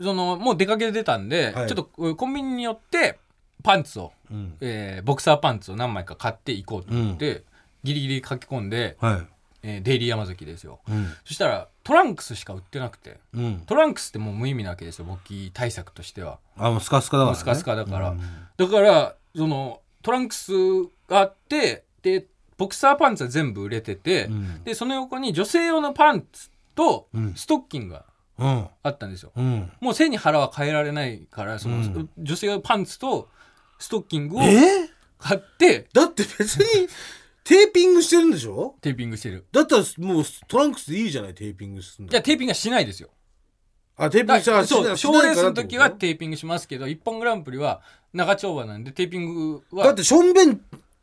S1: そのもう出かけてたんで、
S2: はい
S1: ちょっとえーコンビニに寄ってパンツを、
S2: うん
S1: えーボクサーパンツを何枚か買っていこうと思って、ギリギリ書き込んで、
S2: は
S1: えーデイリー山崎ですよ
S2: いうん
S1: そしたらトランクスしか売ってなくて
S2: うん
S1: トランクスってもう無意味なわけですよ勃起対策としては
S2: あもうスカスカだから、ね、
S1: スカスカだから
S2: うん
S1: だからそのトランクスがあってでボクサーパンツは全部売れてて、
S2: うん
S1: でその横に女性用のパンツと
S2: うん
S1: ストッキングが
S2: うん
S1: あったんですよ
S2: うん
S1: もう背に腹は変えられないからその、
S2: うん
S1: 女性用パンツとストッキングを
S2: え
S1: 買って
S2: だって別にテーピングしてるんでしょ
S1: テーピングしてる
S2: だったらもうトランクスでいいじゃないテーピングするん
S1: じゃ
S2: だ
S1: あテーピングはしないですよ
S2: あテーピン
S1: だ
S2: グしたら
S1: そう賞レースの時は
S2: だ
S1: テーピングしますけど一本グランプリは長丁場なんでテーピングは
S2: ってしょんべん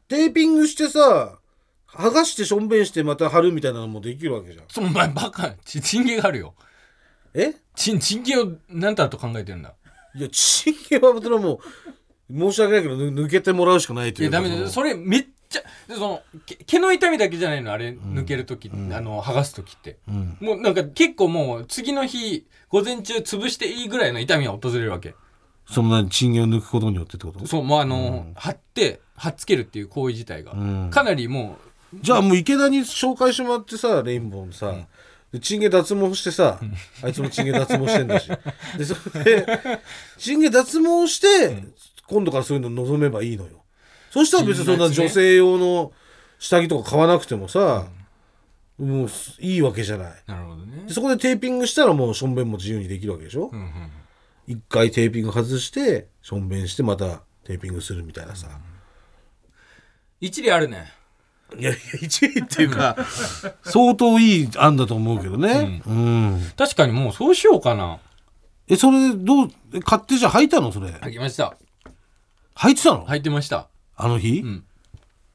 S2: テーピングしてさ剥がしてしょんべんしてまた貼るみたいなのもできるわけじゃん
S1: その前バカちチンゲがあるよ
S2: え
S1: チンチンゲを何だと考えてるんだ
S2: いや神経はそれはもう申し訳ないけどぬ抜けてもらうしかないと
S1: い
S2: い
S1: や
S2: う
S1: ダ
S2: か
S1: メだよ
S2: その
S1: それめっちゃでそのけ毛の痛みだけじゃないのあれ抜ける時、あの剥がす時って
S2: うん
S1: もうなんか結構もう次の日午前中潰していいぐらいの痛みが訪れるわけ
S2: その何神経を抜くことによってってこと
S1: そうもうあの、貼って貼っつけるっていう行為自体が、
S2: うん
S1: かなりも
S2: じゃあもう池田に紹介してもらってさレインボーのさ、でチンゲ脱毛してさ、あいつもチンゲ脱毛してんだし。で、それで、チンゲ脱毛して、今度からそういうの望めばいいのよ。そしたら別にそんな
S1: チンゲ脱ね
S2: 女性用の下着とか買わなくてもさ、もういいわけじゃない。
S1: うなるほどね
S2: でそこでテーピングしたらもうしょんべんも自由にできるわけでしょ
S1: うんうん
S2: 一、回テーピング外して、しょんべんしてまたテーピングするみたいなさ。
S1: 一理あるね
S2: いやいや、1位っていうか、相当いい案だと思うけどね。うん
S1: 確かにもうそうしようかな
S2: え、それ、どう、え買ってじゃあ履いたのそれ。
S1: 履きました
S2: 履いてたの、
S1: 履いてました
S2: あの日、
S1: ん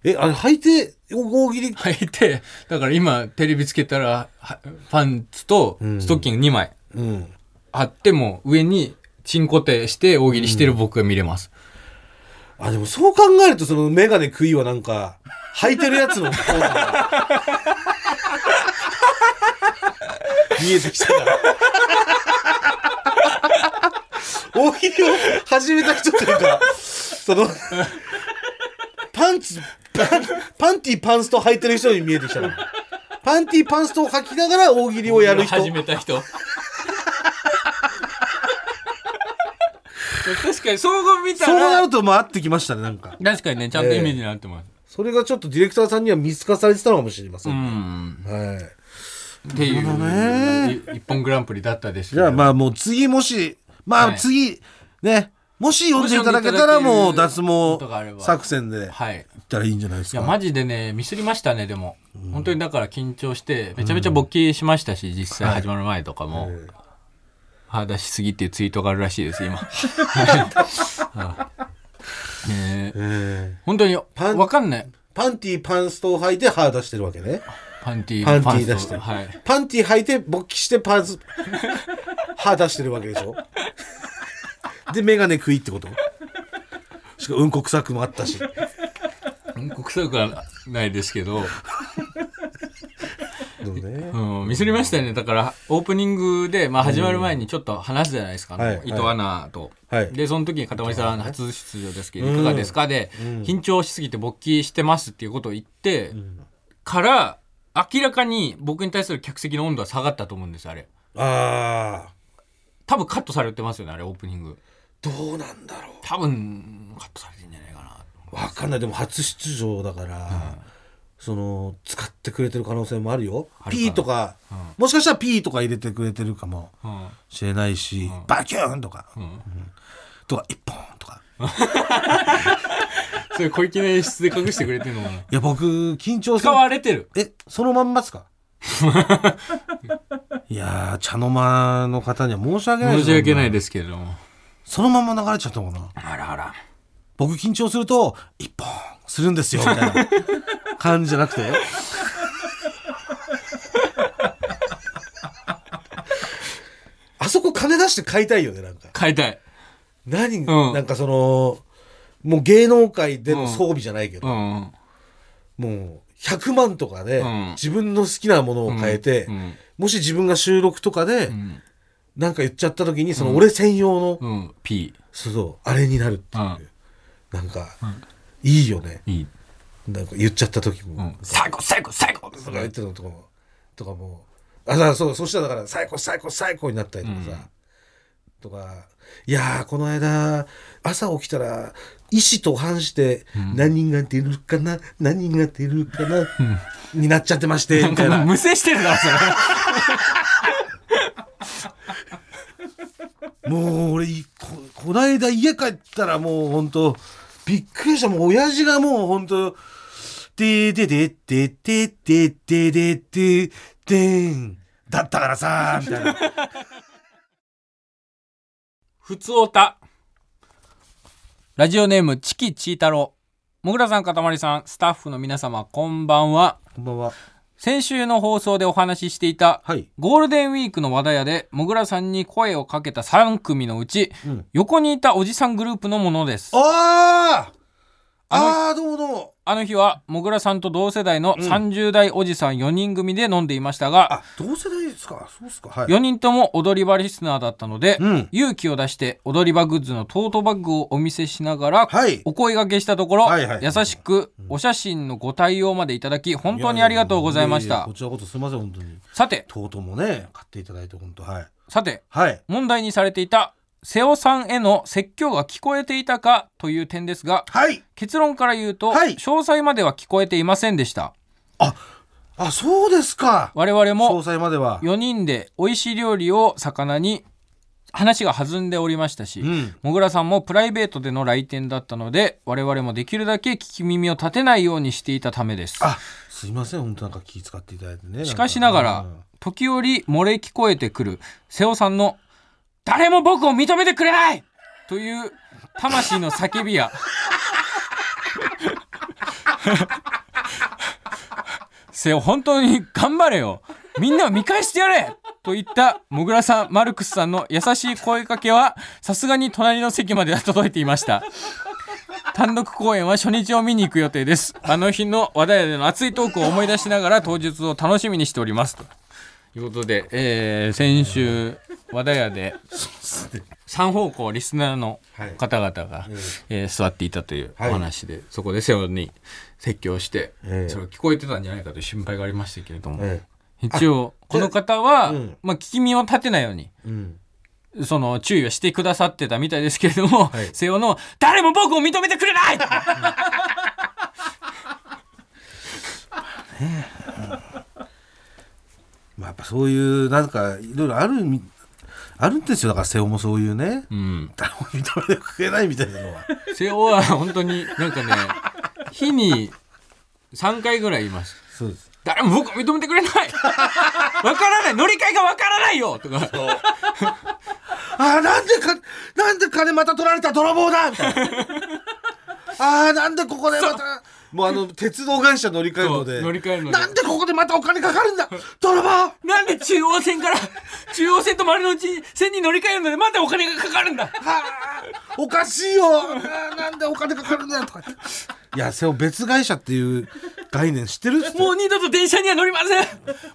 S2: え、あれ履いて、大喜利。
S1: 履いてだから今テレビつけたらはパンツとストッキング2枚
S2: うん。
S1: 履あっても上にチンコテして大喜利してる僕が見れます、
S2: あ、でもそう考えると、そのメガネ食いはなんか、履いてるやつの方が。 見えてきたな。大喜利を始めた人というか、その、パンツ、パンパンティパンスト履いてる人に見えてきたな。パンティパンストを履きながら大喜利をやる人。
S1: 始めた人 確かに総合見た
S2: そうな
S1: ら
S2: ると回ってきましたね、なんか。
S1: 確かにねちゃんとイメージになってます、
S2: それがちょっとディレクターさんには見透かされてたのかもしれません。
S1: うん
S2: はい。
S1: ってい
S2: な
S1: うい一本グランプリだったですけ
S2: じ
S1: ど
S2: ゃあまあもう次もし、まあ
S1: はい
S2: 次、ね、もし読んでいただけたらもう脱毛
S1: ことがあれば
S2: 作戦でいっ
S1: はい
S2: たらいいんじゃないです
S1: いや
S2: か。
S1: マジでねミスりましたねでも、本当にだから緊張してめちゃめちゃ勃起しましたし、実際始まる前とかも
S2: ええ
S1: 「歯出しすぎ」っていうツイートがあるらしいです 今はいねえ
S2: ええ
S1: 本当に
S2: パン
S1: わかんない
S2: パンティパンストを履いて歯出してるわけね。
S1: パンティ
S2: パンテ
S1: パ
S2: ィ
S1: ンスト
S2: 出してる。
S1: はい
S2: パンティ履いて勃起してパンス、 歯出してるわけでしょ。で、メガネ食いってことしかもうんこ臭くもあったし。
S1: うんこ臭くはないですけど、
S2: でもね。
S1: うん、ミスりましたねだからオープニングで、まあ、始まる前にちょっと話すじゃないですか、あの
S2: はい
S1: 伊藤アナと、
S2: はい
S1: でその時に片森さん初出場ですけど「いかがですか?」で、緊張しすぎて勃起してます」っていうことを言って、から明らかに僕に対する客席の温度は下がったと思うんですあれ
S2: ああ、
S1: 多分カットされてますよねあれオープニング
S2: どうなんだろう。
S1: 多分カットされてんじゃないかな
S2: わかんないでも初出場だから、その使ってくれてる可能性もあるよ
S1: あるかな
S2: P とか、もしかしたら P とか入れてくれてるかも
S1: うん
S2: しれないし、バキューンとか、
S1: ん
S2: とか一本とか
S1: それ小粋な演出で隠してくれてるの かな
S2: いや僕緊張す
S1: 使
S2: る
S1: われてる
S2: えそのまんまっすか いやー茶の間の方には申し訳ない
S1: 申し訳ない
S2: す
S1: ですけれども
S2: そのまんま流れちゃったもんな
S1: あらあら
S2: 僕緊張すると一本するんですよみたいな感じじゃなくてあそこ金出して買いたいよねなんか
S1: 変えたい
S2: 何、
S1: ん
S2: なんかそのもう芸能界での装備じゃないけど、
S1: うんうん
S2: もう100万とかで
S1: うん
S2: 自分の好きなものを変えて、
S1: うんうん
S2: もし自分が収録とかで
S1: うん
S2: なんか言っちゃった時にその俺専用の、
S1: うん、P。
S2: そうそうあれになるっていう、
S1: うん
S2: なんか、いいよね
S1: いい。
S2: なんか言っちゃった時も、
S1: うん。最高、最高、最高
S2: とか言ってるのとかも、とかもう、あ、だからそう、そしたらだから、最高、最高、最高になったりとかさ、とか、いやー、この間、朝起きたら、意思と反して、何が出るかな、何が出るかな、になっちゃってまして、みたい な。
S1: 無制してるな、それ。
S2: もう俺いここないだ家帰ったらもう本当びっくりしたもう親父がもう本当ででででででででででんだったからさみたいな
S1: ふつおた。ラジオネーム、チキチー太郎。もぐらさん、かたまりさん、スタッフの皆様、こんばんは。
S2: こんばんは
S1: 先週の放送でお話ししていた、
S2: はい
S1: ゴールデンウィークの和田屋で、もぐらさんに声をかけた3組のうち、
S2: うん
S1: 横にいたおじさんグループのものです。
S2: あーあーどうもどうも
S1: あの日は、もぐらさんと同世代の30代おじさん4人組で飲んでいましたが、
S2: あ同世代ですかそうっすかはい
S1: 4人とも踊り場リスナーだったので、
S2: うん
S1: 勇気を出して踊り場グッズのトートバッグをお見せしながら、
S2: はい
S1: お声掛けしたところ、
S2: はいはい
S1: 優しくお写真のご対応までいただき本当にありがとうございました
S2: ややこちらこそすいません本当に
S1: さて
S2: とうとうもね買っていただいて本当はい
S1: さて
S2: はい
S1: 問題にされていた瀬尾さんへの説教が聞こえていたかという点ですが
S2: はい
S1: 結論から言うと、
S2: はい
S1: 詳細までは聞こえていませんでした
S2: あそうですか
S1: 我々
S2: 詳
S1: も
S2: 細までは
S1: 4人で美味しい料理を魚に話が弾んでおりましたし、
S2: うん
S1: もぐらさんもプライベートでの来店だったので我々もできるだけ聞き耳を立てないようにしていたためです
S2: あすいません本当なんか気遣っていただいてね
S1: しかしながら時折漏れ聞こえてくる瀬尾さんの「誰も僕を認めてくれない!」という魂の叫びや 瀬尾本当に頑張れよみんなを見返してやれと言ったもぐらさんマルクスさんの優しい声かけはさすがに隣の席までは届いていました単独公演は初日を見に行く予定ですあの日の話題での熱いトークを思い出しながら当日を楽しみにしておりますということで、えー先週和田屋で3方向リスナーの方々が、えー座っていたというお話で、そこでセオに説教して、
S2: ええ
S1: それが聞こえてたんじゃないかという心配がありましたけれども、
S2: え
S1: 一応この方は、
S2: うん
S1: まあ、聞き身を立てないように
S2: えうん
S1: その注意をしてくださってたみたいですけれども、
S2: い
S1: 瀬尾の「誰も僕を認めてくれない!」
S2: まあやっぱそういうなんかいろいろあるみあるんですよだから瀬尾もそういうね
S1: うん、
S2: 誰も認めてくれないみたいなのは
S1: 瀬尾は本当になんかね日に3回ぐらい言います
S2: そうです
S1: 「誰も僕を認めてくれない!」「わからない乗り換えがわからないよ!」とか
S2: あーなんでかなんで金また取られた泥棒だみたい なあーなんでここでまたもうあの鉄道会社乗り換えるの
S1: そ
S2: で
S1: う乗り換えるので
S2: なんでここでまたお金かかるんだ泥棒
S1: なんで中央線から中央線と丸の内線に乗り換えるのでまだお金がかかるんだ
S2: はあ おかしいよあーなんでお金かかるんだよとか言っていやそれを別会社っていう概念知ってる
S1: もう二度と電車には乗りません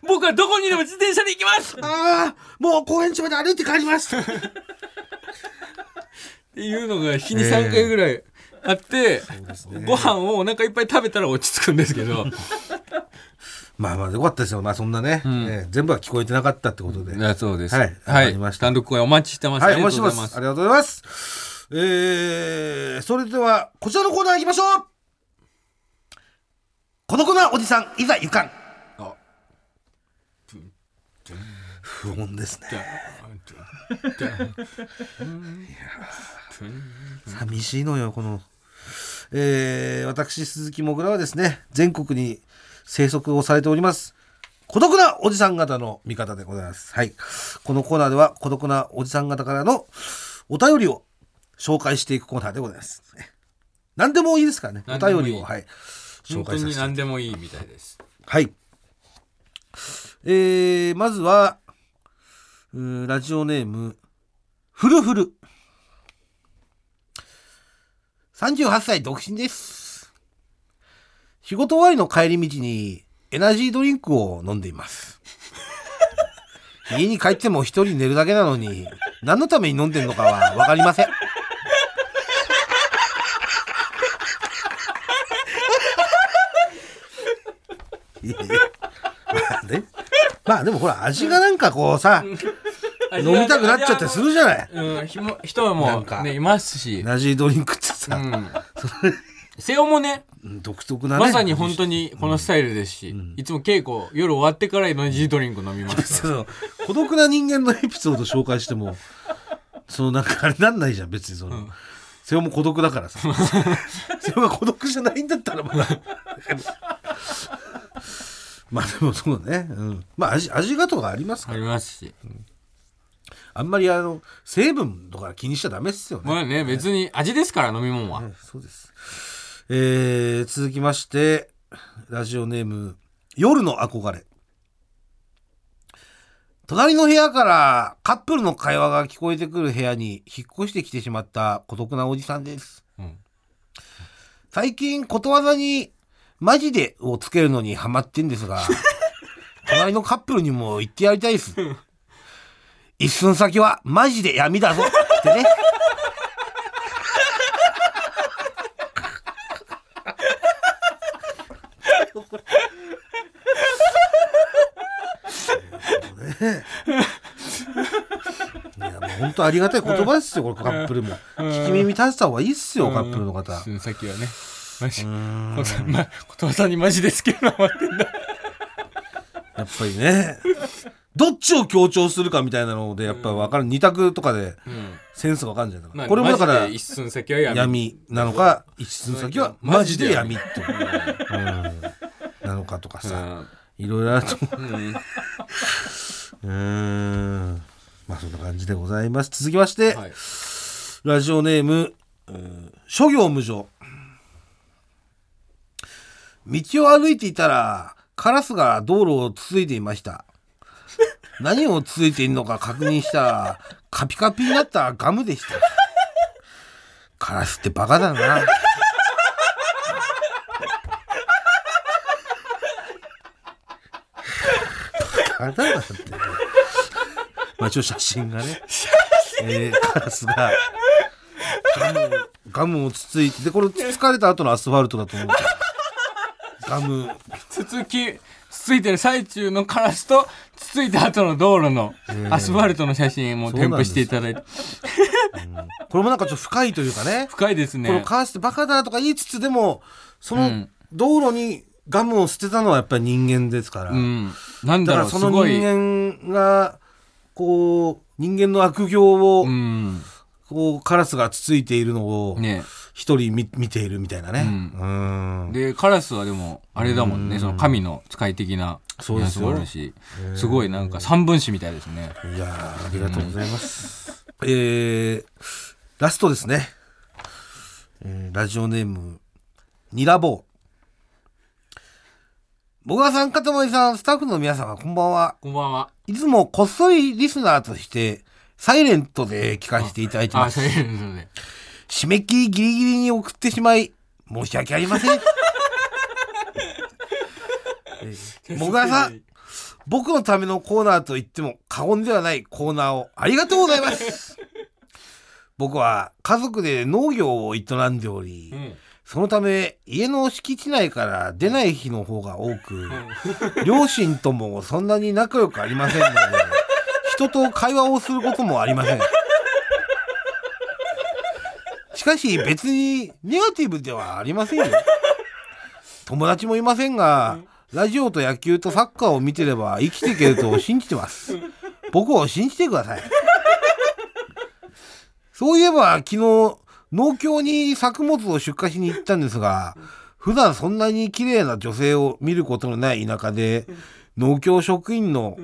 S1: 僕はどこにでも自転車で行きます
S2: ああもう公園地まで歩いて帰ります
S1: っていうのが日に3回ぐらいあって、ご飯をお腹いっぱい食べたら落ち着くんですけ ど
S2: まあまあよかったですよまあそんな
S1: ん
S2: ね、えー全部は聞こえてなかったってことで、はい
S1: そうです
S2: はい
S1: は
S2: わかりま
S1: い、
S2: した
S1: 単独公演お待ちしてます、
S2: お
S1: ありが
S2: 待ち
S1: と
S2: し
S1: うござ
S2: ま
S1: います
S2: すありがとうございますえー、それではこちらのコーナー行きましょう孤独なおじさんいざ行かん
S1: あ
S2: 不穏ですね寂しいのよこの、えー、私鈴木もぐらはですね全国に生息をされております孤独なおじさん方の味方でございますはいこのコーナーでは孤独なおじさん方からのお便りを紹介していくコーナーでございます何でもいいですからねお
S1: 何でも
S2: 便
S1: いい
S2: りをはい紹
S1: 本当
S2: 介させて
S1: に
S2: いただきます
S1: 何でもいいみたいです
S2: はい。えー、まずは、うーラジオネーム、ふるふる。38歳独身です。仕事終わりの帰り道にエナジードリンクを飲んでいます。家に帰っても一人寝るだけなのに、何のために飲んでるのかはわかりません。いやまあね。まあでもほら味がなんかこうさ、飲みたくなっちゃったりするじゃない。
S1: うん、ひも人
S2: な
S1: も
S2: ん、か
S1: ね、いますし
S2: エ、ナジードリンクって
S1: う
S2: さ、
S1: ん、瀬尾もね
S2: 独特なね。
S1: まさに本当にこのスタイルですし、いつも稽古夜終わってからエナジードリンク飲みます
S2: その孤独な人間のエピソード紹介しても、そのなんかあれなんないじゃん、別にその。瀬尾も孤独 だからさ。瀬尾が孤独じゃないんだったらまだ。まあでもそうね。うん。まあ味、味がとかありますか
S1: あ
S2: ら。
S1: りますし
S2: あんまりあの、成分とか気にしちゃダメっすよね。
S1: まあね別に味ですから飲み物は、
S2: はいそうです。えー続きまして、ラジオネーム、夜の憧れ。隣の部屋からカップルの会話が聞こえてくる部屋に引っ越してきてしまった孤独なおじさんです。
S1: うん
S2: 最近ことわざに「マジで」をつけるのにハマってん ですが隣のカップルにも言ってやりたいです一寸先はマジで闇だぞっ てねいやもう本当ありがたい言葉ですよこれカップルも聞き耳立てた方がいいっすよカップルの方
S1: うん先はねマジことまことわざにマジですけど待ってんだ
S2: やっぱりね。どっちを強調するかみたいなので、やっぱ分かる。二択とかでセンスが分かるんじゃないかな。これもだから
S1: マジで一寸先は闇
S2: 闇なのか、一寸先はマジで闇っていううんなのかとか
S1: う
S2: さ、
S1: ん
S2: いろいろあると思う。うーん。まあそんな感じでございます。続きまして、
S1: はい
S2: ラジオネーム、うん諸行無常。道を歩いていたら、カラスが道路をつついていました。何をついているのか確認したらカピカピになったガムでしたカラスってバカだなバカだなってまあ一応写真がね、えーカラスがガムをガムをつついてでこ れ疲れた後のアスファルトだと思うガム
S1: つつき、つついてる最中のカラスと、つついた後の道路のアスファルトの写真も添付していただいて、
S2: これもなんかちょっと深いというかね
S1: 深いですね。
S2: このカースってバカだなとか言いつつでもそ
S1: うん
S2: の道路にガムを捨てたのはやっぱり人間ですから、
S1: うん。なん
S2: だ
S1: だろう、
S2: からそ
S1: す
S2: の
S1: ごい。
S2: 人
S1: う
S2: 間がこう人間の悪行を
S1: ん。
S2: こうカラスがつついているのを
S1: ね
S2: 一人見見ているみたいなね、
S1: うん
S2: うん
S1: で、カラスはでも、あれだもんね、その神の使い的な
S2: そうで
S1: や
S2: す
S1: つ
S2: よ
S1: もあるし、すごいなんか三分子みたいですね。
S2: いやーありがとうございます、えー、ラストですね、えーラジオネームニラボーもぐらさん、かたまりさん、スタッフの皆様、こんばんは。
S1: こんばんは。
S2: いつもこっそりリスナーとして、サイレントで聞かせていただいてま
S1: あ、
S2: す。
S1: そういうのね。
S2: 締め切りギリギリに送ってしまい、申し訳ありませ ん。えーもぐらさん、僕のためのコーナーと言っても過言ではないコーナーをありがとうございます。僕は家族で農業を営んでおり、
S3: ん
S2: そのため家の敷地内から出ない日の方が多く、両親ともそんなに仲良くありませんので、人と会話をすることもありません。しかし別にネガティブではありませんよ。友達もいませんが、ラジオと野球とサッカーを見てれば生きていけると信じてます。僕を信じてください。そういえば昨日、農協に作物を出荷しに行ったんですが、普段そんなに綺麗な女性を見ることのない田舎で、農協職員の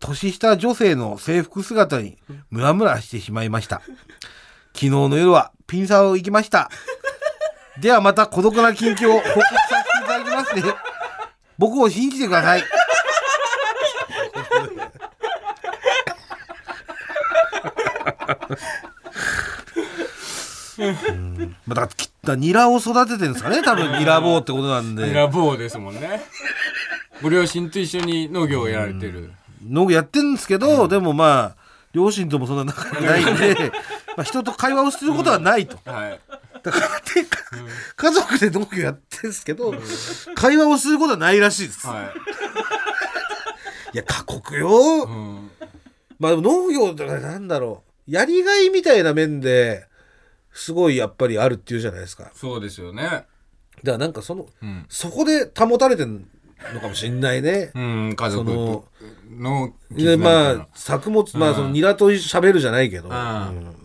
S2: 年下女性の制服姿にムラムラしてしまいました。昨日の夜はピンサロ行きました。ではまた孤独な近況を報告させていただきますね。僕を信じてください。うんまあ、だからきっとニラを育ててるんですかね多分ニラ棒ってことなんで
S1: ラボーですもんね。ご両親と一緒に農業をやられてる。
S2: 農業やってるんですけど、でもまあ両親ともそんな仲良くないんで、 まあ、人と会話をすることはないと、
S1: はい。
S2: だから家庭家族で農業やってるんですけど、会話をすることはないらしいです、い、
S1: は
S2: や過酷よ、
S1: い。うん。
S2: まあでも農業だからなんだろうやりがいみたいな面ですごいやっぱりあるっていうじゃないですかだか
S1: そうですよね。
S2: らなんかその
S1: うん。
S2: そこで保たれてんのかもしんないね、
S1: うん、家
S2: そ
S1: 族
S2: の
S1: との絆
S2: で
S1: みたいな
S2: まあ作物、まあそのニラと喋るじゃないけど、
S1: ん
S2: うん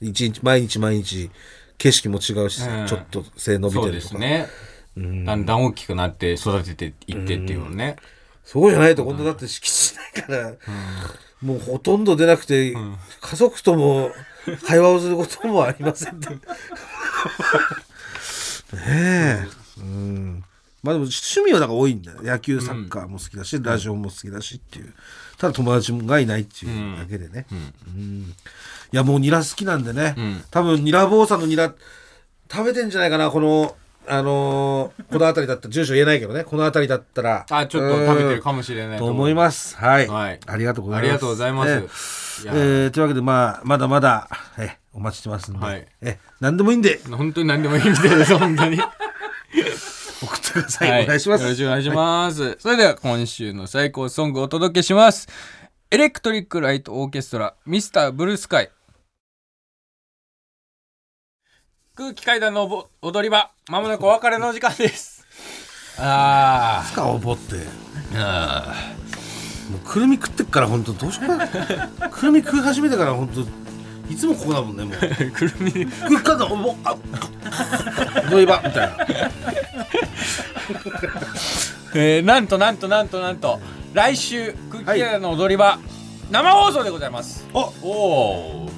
S2: 一日毎日毎日景色も違うしさ、
S1: うん
S2: ちょっと背伸び
S1: そう
S2: て
S1: で
S2: ると
S1: す
S2: か、
S1: ね。だんだん大きくなって育てていってっていうのね。
S2: そうじゃないとこんなだって敷地ないから、もうほとんど出なくて、家族とも会話をすることもありま せんってねえ、うん、まあでも趣味はなんか多いんだよ野球サッカーも好きだし、ラジオも好きだしっていうただ友達がいないっていうだけでね、うんいやもうニラ好きなんでね、多分ニラ坊さんのニラ食べてんじゃないかなこのあのーこの辺りだったら住所言えないけどねこの辺りだったら
S1: あ、ちょっと食べて
S2: うん
S1: るかもしれない
S2: と思い
S1: す。
S2: ます。はい。
S1: はい
S2: ありがとうござい
S1: あ
S2: ます。
S1: りがとうございま
S2: ええ
S1: す。い
S2: え
S1: や、
S2: ーというわけで、まあ、まだまだ、えお待ちしてますんで、
S1: はい
S2: え何でもいいんで、
S1: 本当に何でもいいみたいです、本当に。
S2: 送ってください。お願いします。
S1: よろしくお願いします。それでは今週の最高ソングをお届けします。エレクトリック・ライト・オーケストラ、ミスター・ブルースカイ。空気階段のおぼ踊り場、まもなくお別れの時間 です。あ
S2: つかおぼって。
S1: ーあ
S2: もうくるみ食ってっから、本当どうしようかな。くるみ食い始めてから、本当いつもここだもんね、もう。く
S1: ー。 くるみ。
S2: るかと思う。あどういえばみたいな。
S1: えー、なんとなんとなんとなんと、来週、空気階段の踊り場、生放送でございます。
S2: お
S1: おおー。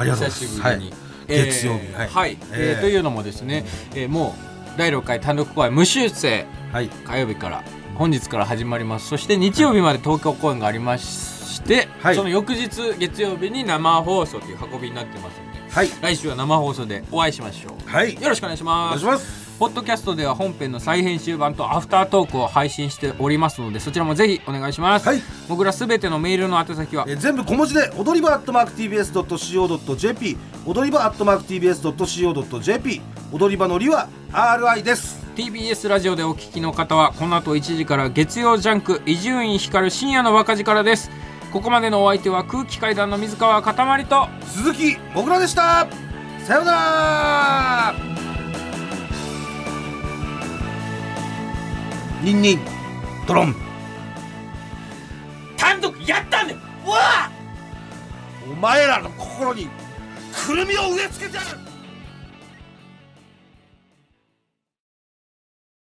S2: ありがとうご
S1: 久
S2: ざい
S1: し
S2: ます。
S1: ぶりに、
S2: はい
S1: えー
S2: 月曜日
S1: は、
S2: はいい
S1: えー
S2: えー
S1: というのもですね、えーもう第6回単独公演無修正
S2: はい。
S1: 火曜日から本日から始まりますそして日曜日まで東京公演がありますして、
S2: はい
S1: その翌日月曜日に生放送という運びになってますので
S2: はい
S1: 来週は生放送でお会いしましょう
S2: はい
S1: よろしくお願いし
S2: お
S1: ま
S2: 願い
S1: す
S2: します
S1: ポッドキャストでは本編の再編集版とアフタートークを配信しておりますのでそちらもぜひお願いします、
S2: はい
S1: 僕らすべてのメールの宛先は
S2: えー全部小文字で踊り場 atmarktvs.co.jp 踊り場 atmarktvs.co.jp 踊り場のりは RI です
S1: TBS ラジオでお聞きの方はこの後1時から月曜ジャンク伊集院光深夜の若字からですここまでのお相手は空気階段の水川かたまりと
S2: 鈴木もぐらでしたさようならニンニンドロン
S4: 単独やったんだようわあ
S2: お前らの心にくるみを植え付けてやる